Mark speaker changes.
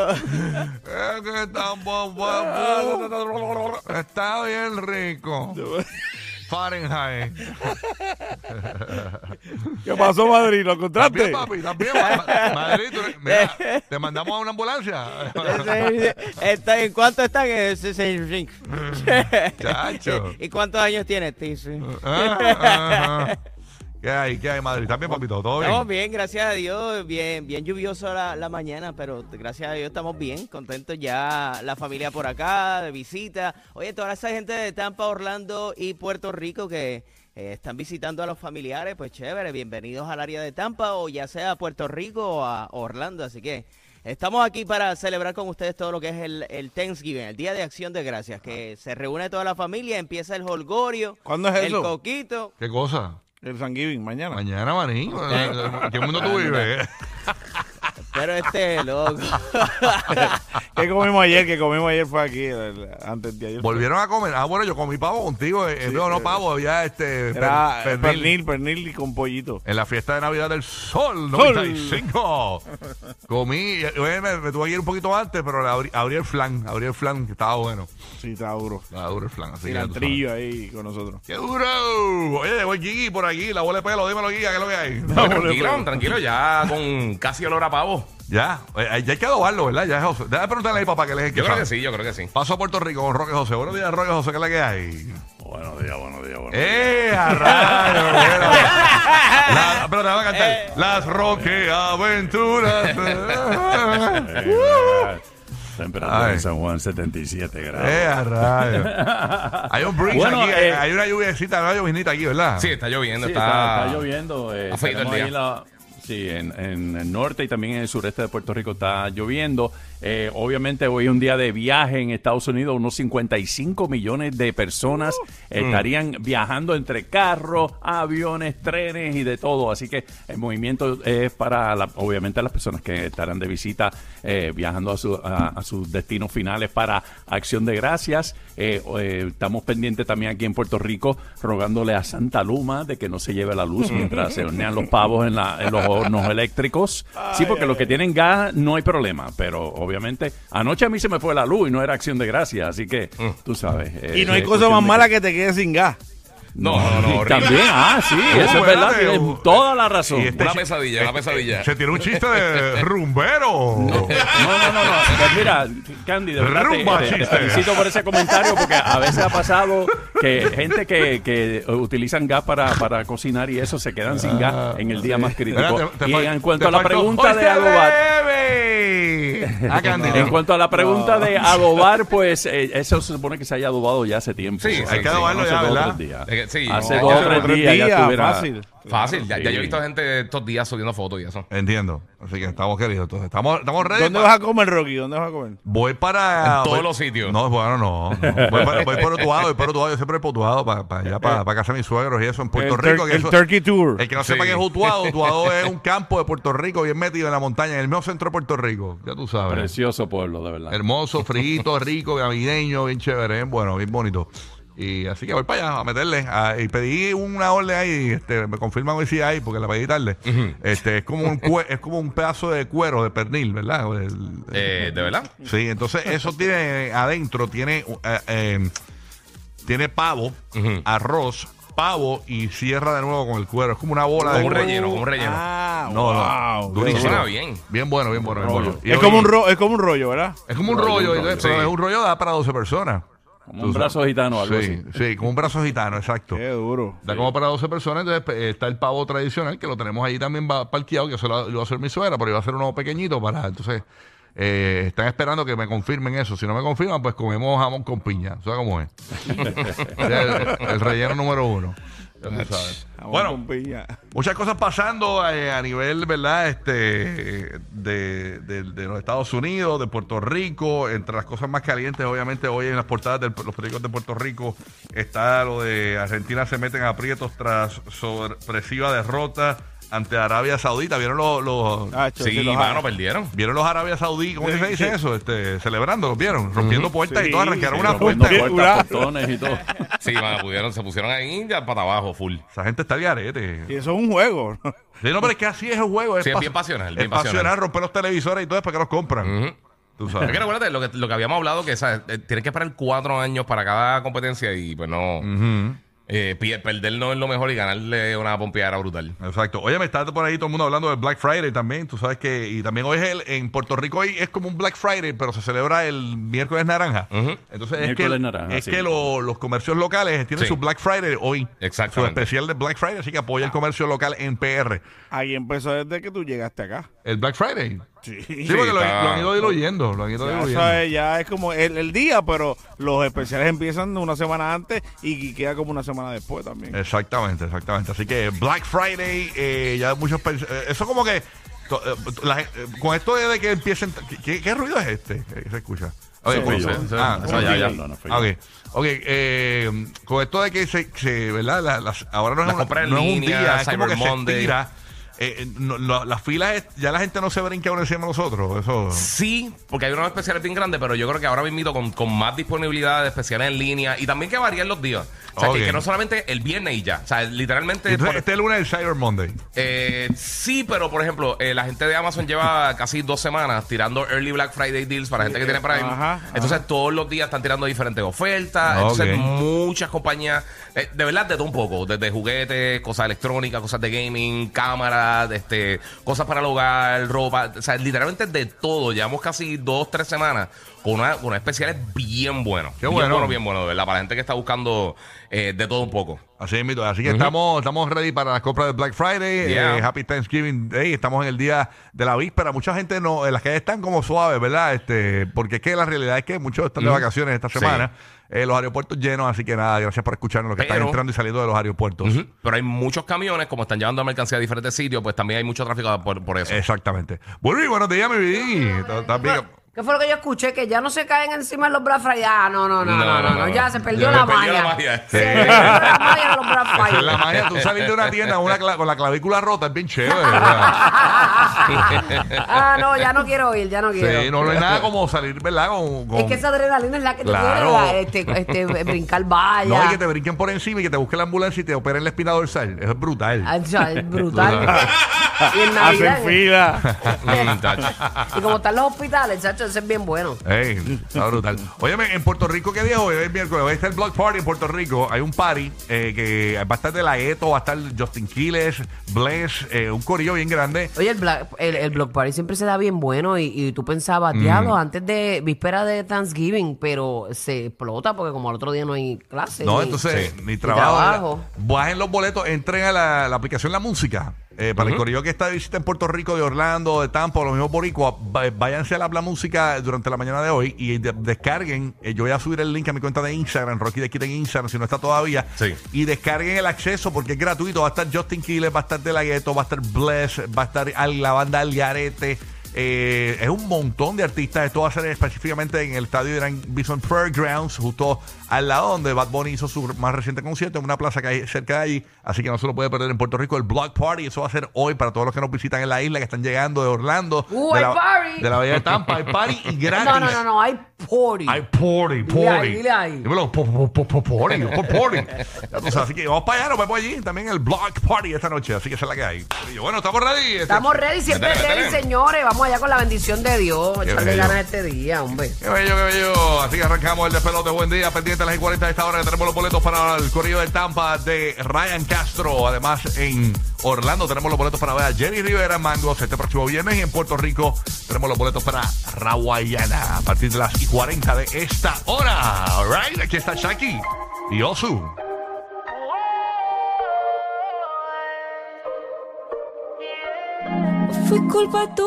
Speaker 1: Eso.
Speaker 2: Es que tan bom, bom, bom. Está bien rico. Fahrenheit.
Speaker 3: ¿Qué pasó, Madrid? ¿Lo
Speaker 2: También, papi,
Speaker 3: encontraste?
Speaker 2: también. ma- ma- Madrid, tú eres- mira, te mandamos a una ambulancia.
Speaker 1: Ese- está- ¿En cuánto están? Ese seis ring.
Speaker 2: Chacho.
Speaker 1: ¿Y cuántos años tiene este Tiz?
Speaker 2: Ah, ah, ah. ¿Qué hay? ¿Qué hay, Madrid? También, papito, todo
Speaker 1: Estamos
Speaker 2: bien.
Speaker 1: bien, gracias a Dios, bien, bien lluvioso la, la mañana, pero gracias a Dios estamos bien, contentos ya la familia por acá, de visita. Oye, toda esa gente de Tampa, Orlando y Puerto Rico que eh, están visitando a los familiares, pues chévere, bienvenidos al área de Tampa o ya sea a Puerto Rico o a Orlando, así que estamos aquí para celebrar con ustedes todo lo que es el, el Thanksgiving, el Día de Acción de Gracias, que se reúne toda la familia, empieza el holgorio,
Speaker 3: ¿Cuándo es
Speaker 1: el
Speaker 3: eso?
Speaker 1: coquito.
Speaker 2: ¿Qué cosa?
Speaker 3: El San Giving, mañana.
Speaker 2: Mañana, maní. ¿Qué mundo tú vives?
Speaker 1: Pero este loco.
Speaker 3: ¿Qué comimos ayer? Que comimos ayer fue aquí, el- el- antes de ayer.
Speaker 2: Volvieron a comer. Ah, bueno, yo comí pavo contigo. eh, no, no pavo, había este.
Speaker 3: Era
Speaker 2: per-
Speaker 3: eh, pernil, pernil y con pollito.
Speaker 2: En la fiesta de Navidad del Sol
Speaker 3: Sol.
Speaker 2: 95. Comí, eh, bueno, me, me tuve que ir un poquito antes, pero le abrí, abrí el flan, abrí el flan, que estaba bueno.
Speaker 3: Sí, está duro.
Speaker 2: Estaba duro el flan, así que ya tú sabes.
Speaker 3: Cilantrillo ahí con nosotros.
Speaker 2: ¡Qué duro! Oye, llegó el Gigi por aquí, la bola de pelo, dímelo, Giga, ¿qué es lo que hay?
Speaker 4: No, tranquilo, tranquilo, ya con casi olor a pavo.
Speaker 2: Ya, eh, ya hay que adobarlo, ¿verdad? Ya, José. Déjame preguntarle ahí, papá, que le es el
Speaker 4: Yo creo
Speaker 2: sabe.
Speaker 4: que sí, yo creo que sí.
Speaker 2: Paso a Puerto Rico con Roque José. Buenos días, Roque José, ¿qué es la que hay?
Speaker 5: Buenos días, buenos días, buenos días.
Speaker 2: ¡Eh, a rayos! bueno. La- pero te van a cantar. Las Roque Aventuras.
Speaker 5: Eh, temperatura
Speaker 2: Ay.
Speaker 5: en San Juan 77 grados.
Speaker 2: Eh, a rayos. Hay un breeze
Speaker 5: Bueno,
Speaker 2: aquí,
Speaker 5: eh,
Speaker 2: hay una lluviecita, una llovinita aquí, ¿verdad?
Speaker 4: Sí, está lloviendo,
Speaker 5: Sí,
Speaker 4: está...
Speaker 5: está, está lloviendo. eh,
Speaker 4: ha feito el
Speaker 5: tenemos
Speaker 4: día.
Speaker 5: ahí la- sí, en, en el norte y también en el sureste de Puerto Rico está lloviendo. Eh, obviamente hoy es un día de viaje en Estados Unidos. Unos 55 millones de personas estarían viajando entre carros, aviones, trenes y de todo. Así que el movimiento es para, la- obviamente, las personas que estarán de visita eh, viajando a, su- a- a sus destinos finales para Acción de Gracias. Eh, o, eh, estamos pendientes también aquí en Puerto Rico rogándole a Santa Luma de que no se lleve la luz mientras se hornean los pavos en, la- en los hornos eléctricos. Sí, porque los que tienen gas no hay problema, pero obviamente anoche a mí se me fue la luz y no era Acción de Gracias, así que tú sabes. eh,
Speaker 3: Mm. Y no hay
Speaker 5: es
Speaker 3: cosa
Speaker 5: cuestión
Speaker 3: más
Speaker 5: de
Speaker 3: mala que te quedes sin gas.
Speaker 4: No, no, no, horrible.
Speaker 5: También, ah, sí,
Speaker 3: Uh,
Speaker 5: eso es verdad,
Speaker 2: espérate,
Speaker 5: tienes toda la razón.
Speaker 2: Y este
Speaker 4: Una
Speaker 2: chi-
Speaker 4: pesadilla, una pesadilla.
Speaker 2: Se tiró un chiste de rumbero.
Speaker 5: No, no, no, no. Pues mira, Candy, de verdad te-
Speaker 2: Rumba
Speaker 5: te, te
Speaker 2: chiste.
Speaker 5: felicito por ese comentario porque a veces ha pasado que gente que, que utilizan gas para, para cocinar y eso se quedan sin gas en el día más crítico.
Speaker 2: Ah, Espérate, te
Speaker 5: Y
Speaker 2: fal-
Speaker 5: en cuanto
Speaker 2: te
Speaker 5: a la
Speaker 2: faltó,
Speaker 5: pregunta
Speaker 2: "Hoy
Speaker 5: de
Speaker 2: se
Speaker 5: adobar,
Speaker 2: bebe". Ah, Candy,
Speaker 5: en cuanto a la pregunta de adobar, pues eh, eso se supone que se haya adobado ya hace tiempo.
Speaker 4: Sí, hay que
Speaker 2: adobarlo
Speaker 5: hace
Speaker 2: ya,
Speaker 5: dos o
Speaker 2: ¿verdad?
Speaker 5: tres
Speaker 4: Es
Speaker 5: días.
Speaker 4: que sí,
Speaker 5: hace
Speaker 4: hay
Speaker 5: dos
Speaker 4: que-
Speaker 5: o tres
Speaker 3: Tres
Speaker 5: días ya
Speaker 3: días,
Speaker 5: estuviera.
Speaker 3: fácil.
Speaker 4: Fácil, ya, ya yo he
Speaker 5: Sí.
Speaker 4: visto gente estos días subiendo fotos y eso.
Speaker 2: Entiendo. Así que estamos queridos. Entonces, estamos, estamos ready.
Speaker 3: ¿Dónde
Speaker 2: pa-
Speaker 3: vas a comer, Rocky? ¿Dónde vas a comer?
Speaker 2: Voy para.
Speaker 4: En todos
Speaker 2: voy-
Speaker 4: los sitios.
Speaker 2: No, bueno, no. no. Voy, para, voy por Utuado, voy por Utuado. Yo siempre he potuado para, para allá,
Speaker 4: Eh,
Speaker 2: para, para casa de mis suegros y eso, en Puerto
Speaker 3: el, tur-
Speaker 2: Rico. que
Speaker 3: el
Speaker 2: eso-
Speaker 3: Turkey Tour.
Speaker 2: el que no sepa
Speaker 4: Sí.
Speaker 2: que es Utuado, Utuado es un campo de Puerto Rico bien metido en la montaña, en el mismo centro de Puerto Rico. Ya tú sabes.
Speaker 5: Precioso pueblo, de verdad.
Speaker 2: Hermoso, frito, rico, navideño, bien chévere, bien bueno, bien bonito. Y así que voy para allá a meterle. a- y pedí una orden ahí, este, me confirman hoy si hay, porque la pedí tarde. Este, es como un cue- es como un pedazo de cuero de pernil, ¿verdad? O el-
Speaker 4: Eh, ¿De verdad?
Speaker 2: Sí, entonces eso tiene adentro, tiene eh, eh, tiene pavo, arroz, pavo y cierra de nuevo con el cuero. Es como una bola de
Speaker 4: Como un relleno, como un relleno.
Speaker 3: Ah,
Speaker 2: No, no.
Speaker 3: wow.
Speaker 2: durísimo.
Speaker 4: Suena bien.
Speaker 2: Bien bueno, bien bueno, bien bueno. Y
Speaker 3: Es
Speaker 2: hoy-
Speaker 3: como, un ro- es como un rollo, ¿verdad?
Speaker 2: es como un rollo,
Speaker 4: rollo,
Speaker 2: pero
Speaker 4: sí.
Speaker 2: es un rollo da para 12 personas.
Speaker 5: Como un brazo gitano o algo
Speaker 2: Sí,
Speaker 5: así.
Speaker 2: sí, como un brazo gitano, exacto.
Speaker 3: Qué duro.
Speaker 2: Da como para 12 personas, entonces pe- está el pavo tradicional, que lo tenemos ahí también va- parqueado, que eso lo, lo va a hacer mi suegra, pero iba a hacer uno pequeñito para, entonces, eh, están esperando que me confirmen eso. Si no me confirman, pues comemos jamón con piña. ¿Sabes cómo es? O sea, el, el relleno número uno. Ya tú sabes.
Speaker 3: Vamos
Speaker 2: Bueno,
Speaker 3: con piña.
Speaker 2: muchas cosas pasando eh, a nivel, ¿verdad? Este, de, de- de los Estados Unidos, de Puerto Rico, entre las cosas más calientes, obviamente, hoy en las portadas de los periódicos de Puerto Rico está lo de Argentina se meten a aprietos tras sorpresiva derrota ante Arabia Saudita. ¿Vieron los, los-
Speaker 3: Ah, ch-
Speaker 4: Sí,
Speaker 3: sí, los
Speaker 4: mano,
Speaker 3: árabes.
Speaker 4: perdieron.
Speaker 2: ¿Vieron los Arabia Saudí? ¿Cómo se dice eso? Este, celebrando, ¿los vieron? Rompiendo puertas y
Speaker 3: Sí,
Speaker 2: todo, arrancaron
Speaker 5: Sí,
Speaker 2: una
Speaker 5: rompiendo
Speaker 2: puerta.
Speaker 5: puertas, portones y todo.
Speaker 4: Sí, mano, pudieron, se pusieron en India para abajo, full.
Speaker 2: Esa gente está al garete.
Speaker 3: Y eso es un juego. ¿no?
Speaker 2: Sí, no, pero es que así es el juego.
Speaker 4: Sí, es
Speaker 2: pas-
Speaker 4: bien pasional,
Speaker 2: Es
Speaker 4: bien
Speaker 2: pasional,
Speaker 4: pasional.
Speaker 2: romper los televisores y todo es para que los compran. Tú
Speaker 4: Es que
Speaker 2: sabes.
Speaker 4: recuérdate lo que, lo que habíamos hablado, que ¿sabes? Eh, tienes que esperar cuatro años para cada competencia y pues no. eh, pi- perder no es lo mejor y ganarle una pompeadera brutal.
Speaker 2: Exacto. Oye, me está por ahí todo el mundo hablando del Black Friday también. Tú sabes que. Y también hoy es el. En Puerto Rico hoy es como un Black Friday, pero se celebra el miércoles naranja. Entonces es que,
Speaker 5: Miércoles naranja,
Speaker 2: es
Speaker 5: sí.
Speaker 2: que lo- los comercios locales tienen
Speaker 4: Sí.
Speaker 2: su Black Friday hoy. Su
Speaker 4: Exactamente. Ah.
Speaker 2: especial de Black Friday. Así que apoya el comercio local en PR.
Speaker 3: Ahí empezó desde que tú llegaste acá.
Speaker 2: El Black Friday.
Speaker 3: Sí.
Speaker 2: Sí, porque lo,
Speaker 4: está-
Speaker 2: lo han ido diluyendo. Lo han ido
Speaker 3: Ya,
Speaker 2: diluyendo.
Speaker 3: sabes, ya es como el, el día, pero los especiales empiezan una semana antes y, y queda como una semana después también.
Speaker 2: Exactamente, exactamente. Así que Black Friday, eh, ya muchos. pers- eh, eso como que. to- eh, la gen- eh, con esto de que empiecen. ¿qué- ¿Qué, qué ruido es este? Eh, se escucha. Oye,
Speaker 5: Eso fui
Speaker 2: pues,
Speaker 5: yo.
Speaker 2: ah,
Speaker 5: Eso
Speaker 2: ah,
Speaker 5: ya, ya.
Speaker 2: ok.
Speaker 5: No, no fui yo.
Speaker 2: Ah, ok. Ok, eh, con esto de que se. se- ¿Verdad? La- las- ahora no es,
Speaker 4: Las
Speaker 2: una-
Speaker 4: compras en
Speaker 2: no es
Speaker 4: línea,
Speaker 2: un día, es como
Speaker 4: Cyber
Speaker 2: que se
Speaker 4: Monday.
Speaker 2: estira. Eh, eh, no- la- las filas, es- ya la gente no se brinca uno encima de nosotros. Eso.
Speaker 4: Sí, porque hay unos especiales bien grandes, pero yo creo que ahora mismo con, con más disponibilidad de especiales en línea y también que varían los días. O sea, que-
Speaker 2: Ok.
Speaker 4: que, no solamente el viernes y ya. O sea, literalmente.
Speaker 2: Entonces,
Speaker 4: por-
Speaker 2: este lunes es el Cyber Monday.
Speaker 4: eh, sí, pero por ejemplo, eh, la gente de Amazon lleva casi dos semanas tirando Early Black Friday deals para la gente que tiene Prime.
Speaker 3: Ajá, ajá.
Speaker 4: Entonces, todos los días están tirando diferentes ofertas. Entonces,
Speaker 2: Ok.
Speaker 4: muchas compañías, eh, de verdad, de todo un poco, desde juguetes, cosas electrónicas, cosas de gaming, cámaras, este, cosas para el hogar, ropa, o sea, literalmente de todo. Llevamos casi dos, tres semanas con una, con unos especiales bien buenos.
Speaker 2: Qué
Speaker 4: bien
Speaker 2: bueno.
Speaker 4: bueno, bien bueno, de verdad, para la gente que está buscando eh, de todo un poco.
Speaker 2: Así es, mito. Así que estamos, estamos ready para las compras de Black Friday.
Speaker 4: Yeah.
Speaker 2: eh, happy Thanksgiving Day. Estamos en el día de la víspera. Mucha gente no, en las calles están como suaves, ¿verdad? Este, porque es que la realidad es que muchos están de vacaciones esta
Speaker 4: Sí.
Speaker 2: semana. Eh, los aeropuertos llenos, así que nada, gracias por escucharnos los que están
Speaker 4: Pero-
Speaker 2: entrando y saliendo de los aeropuertos.
Speaker 4: Ujú. Pero hay muchos camiones, como están llevando mercancía a diferentes sitios, pues también hay mucho tráfico por, por
Speaker 6: Eh,
Speaker 4: eso.
Speaker 2: Exactamente. Bueno, y buenos días, mi vida. También.
Speaker 6: ¿Qué fue lo que yo escuché? Que ya no se caen encima en los Black Friday. Ah, no, no, no, no, no, no, ya se
Speaker 4: Ya
Speaker 6: perdió la
Speaker 4: se perdió
Speaker 6: magia.
Speaker 4: la magia.
Speaker 6: Se perdió la magia de los Black
Speaker 2: Esa es
Speaker 6: Friday.
Speaker 2: la magia. Tú salir de una tienda con una cla- con la clavícula rota es bien chévere, ¿verdad?
Speaker 6: Ah, no, ya no quiero ir, ya no quiero.
Speaker 2: Sí, no, no hay nada como salir, ¿verdad? Con, con-
Speaker 6: Es que esa adrenalina es la que te
Speaker 2: Claro.
Speaker 6: quiere la- este, este, brincar
Speaker 2: No, y
Speaker 6: vallas.
Speaker 2: que te brinquen por encima y que te busquen la ambulancia y te operen la espina dorsal. Eso es brutal.
Speaker 6: Ah, o sea, es brutal. y en Navidad,
Speaker 3: Hacen fila.
Speaker 4: Mm, tacho.
Speaker 6: y como están los hospitales, chacho, eso es bien bueno.
Speaker 2: Ey, está brutal. Óyeme, en Puerto Rico, ¿qué día es hoy? Hoy es miércoles. Hoy está el Block Party en Puerto Rico. Hay un party eh, que va a estar de la ETO, va a estar Justin Quiles, Bless, eh, un corillo bien grande.
Speaker 6: Oye, el, Black, el, el Block Party siempre se da bien bueno y, y tú pensabas,
Speaker 2: Mm.
Speaker 6: diablo, antes de víspera de Thanksgiving, pero se explota porque como al otro día no hay clase.
Speaker 2: No,
Speaker 6: ni-
Speaker 2: entonces, ni
Speaker 6: ni
Speaker 2: trabajo.
Speaker 6: trabajo.
Speaker 2: Bajen los boletos, entren a la, la aplicación La Música. eh, para el corillo que está de visita en Puerto Rico, de Orlando, de Tampa, los mismos boricuas, va- váyanse a la, La Música durante la mañana de hoy y de- descarguen. eh, yo voy a subir el link a mi cuenta de Instagram, Rocky de Kid en Instagram, si no está todavía.
Speaker 4: Sí.
Speaker 2: Y descarguen el acceso porque es gratuito. Va a estar Justin Quiles, va a estar De La Ghetto, va a estar Bless, va a estar al- la banda Algarete. Eh, es un montón de artistas. Esto va a ser específicamente en el estadio Irán Bison Fairgrounds, justo al lado donde Bad Bunny hizo su más reciente concierto, en una plaza que hay cerca de allí. Así que no se lo puede perder en Puerto Rico. El Block Party, eso va a ser hoy para todos los que nos visitan en la isla, que están llegando de Orlando,
Speaker 6: Uh,
Speaker 2: de,
Speaker 6: hay
Speaker 2: la,
Speaker 6: party.
Speaker 2: de la Bahía de Tampa. Hay party y gratis.
Speaker 6: No, no, no, no, hay party.
Speaker 2: Ay, party,
Speaker 6: Dile ahí,
Speaker 2: party.
Speaker 6: dile ahí.
Speaker 2: Dímelo, po- po- po- po- party, po- party. Ya tú sabes, así que vamos para allá, nos vemos allí también el Block Party esta noche, así que esa es la que hay. Y yo, bueno, estamos ready. Este,
Speaker 6: Estamos ready, siempre
Speaker 4: Métele,
Speaker 6: ready,
Speaker 4: métele.
Speaker 6: señores. Vamos allá con la bendición de Dios. Echarle
Speaker 2: bello.
Speaker 6: ganas a este día, hombre.
Speaker 2: Qué bello, qué bello. Así que arrancamos el despelote. Buen día, pendiente a las 40 de esta hora que tenemos los boletos para el corrido de Tampa de Ryan Castro. Además, en Orlando tenemos los boletos para ver a Jenny Rivera en Mangos este próximo viernes. Y en Puerto Rico tenemos los boletos para Rawayana a partir de las 40 de esta hora. All right, aquí está Shaki y Osu.
Speaker 7: Fui culpa tuya.